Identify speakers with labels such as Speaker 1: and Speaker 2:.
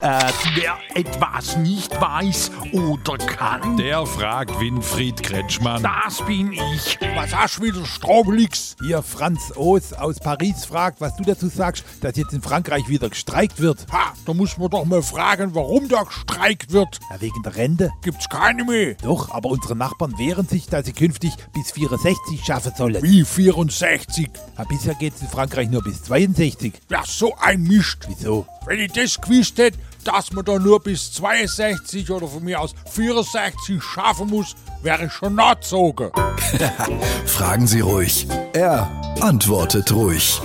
Speaker 1: Äh, wer etwas nicht weiß oder kann,
Speaker 2: Der fragt Winfried Kretschmann.
Speaker 1: das bin ich.
Speaker 3: Was hast du wieder Straublix?
Speaker 4: Hier Franz Oos aus Paris fragt, was du dazu sagst, dass jetzt in Frankreich wieder gestreikt wird.
Speaker 3: Ha, da muss man doch mal fragen, warum da gestreikt wird.
Speaker 4: Ja, wegen der Rente.
Speaker 3: Gibt's keine mehr.
Speaker 4: Doch, aber unsere Nachbarn wehren sich, dass sie künftig bis 64 schaffen sollen.
Speaker 3: Wie 64?
Speaker 4: Ja, bisher geht's in Frankreich nur bis 62.
Speaker 3: Ja, so ein Mist.
Speaker 4: Wieso?
Speaker 3: Wenn ich das gewusst hätte, dass man da nur bis 62 oder von mir aus 64 schaffen muss, wäre ich schon nachgezogen.
Speaker 5: Fragen Sie ruhig. Er antwortet ruhig.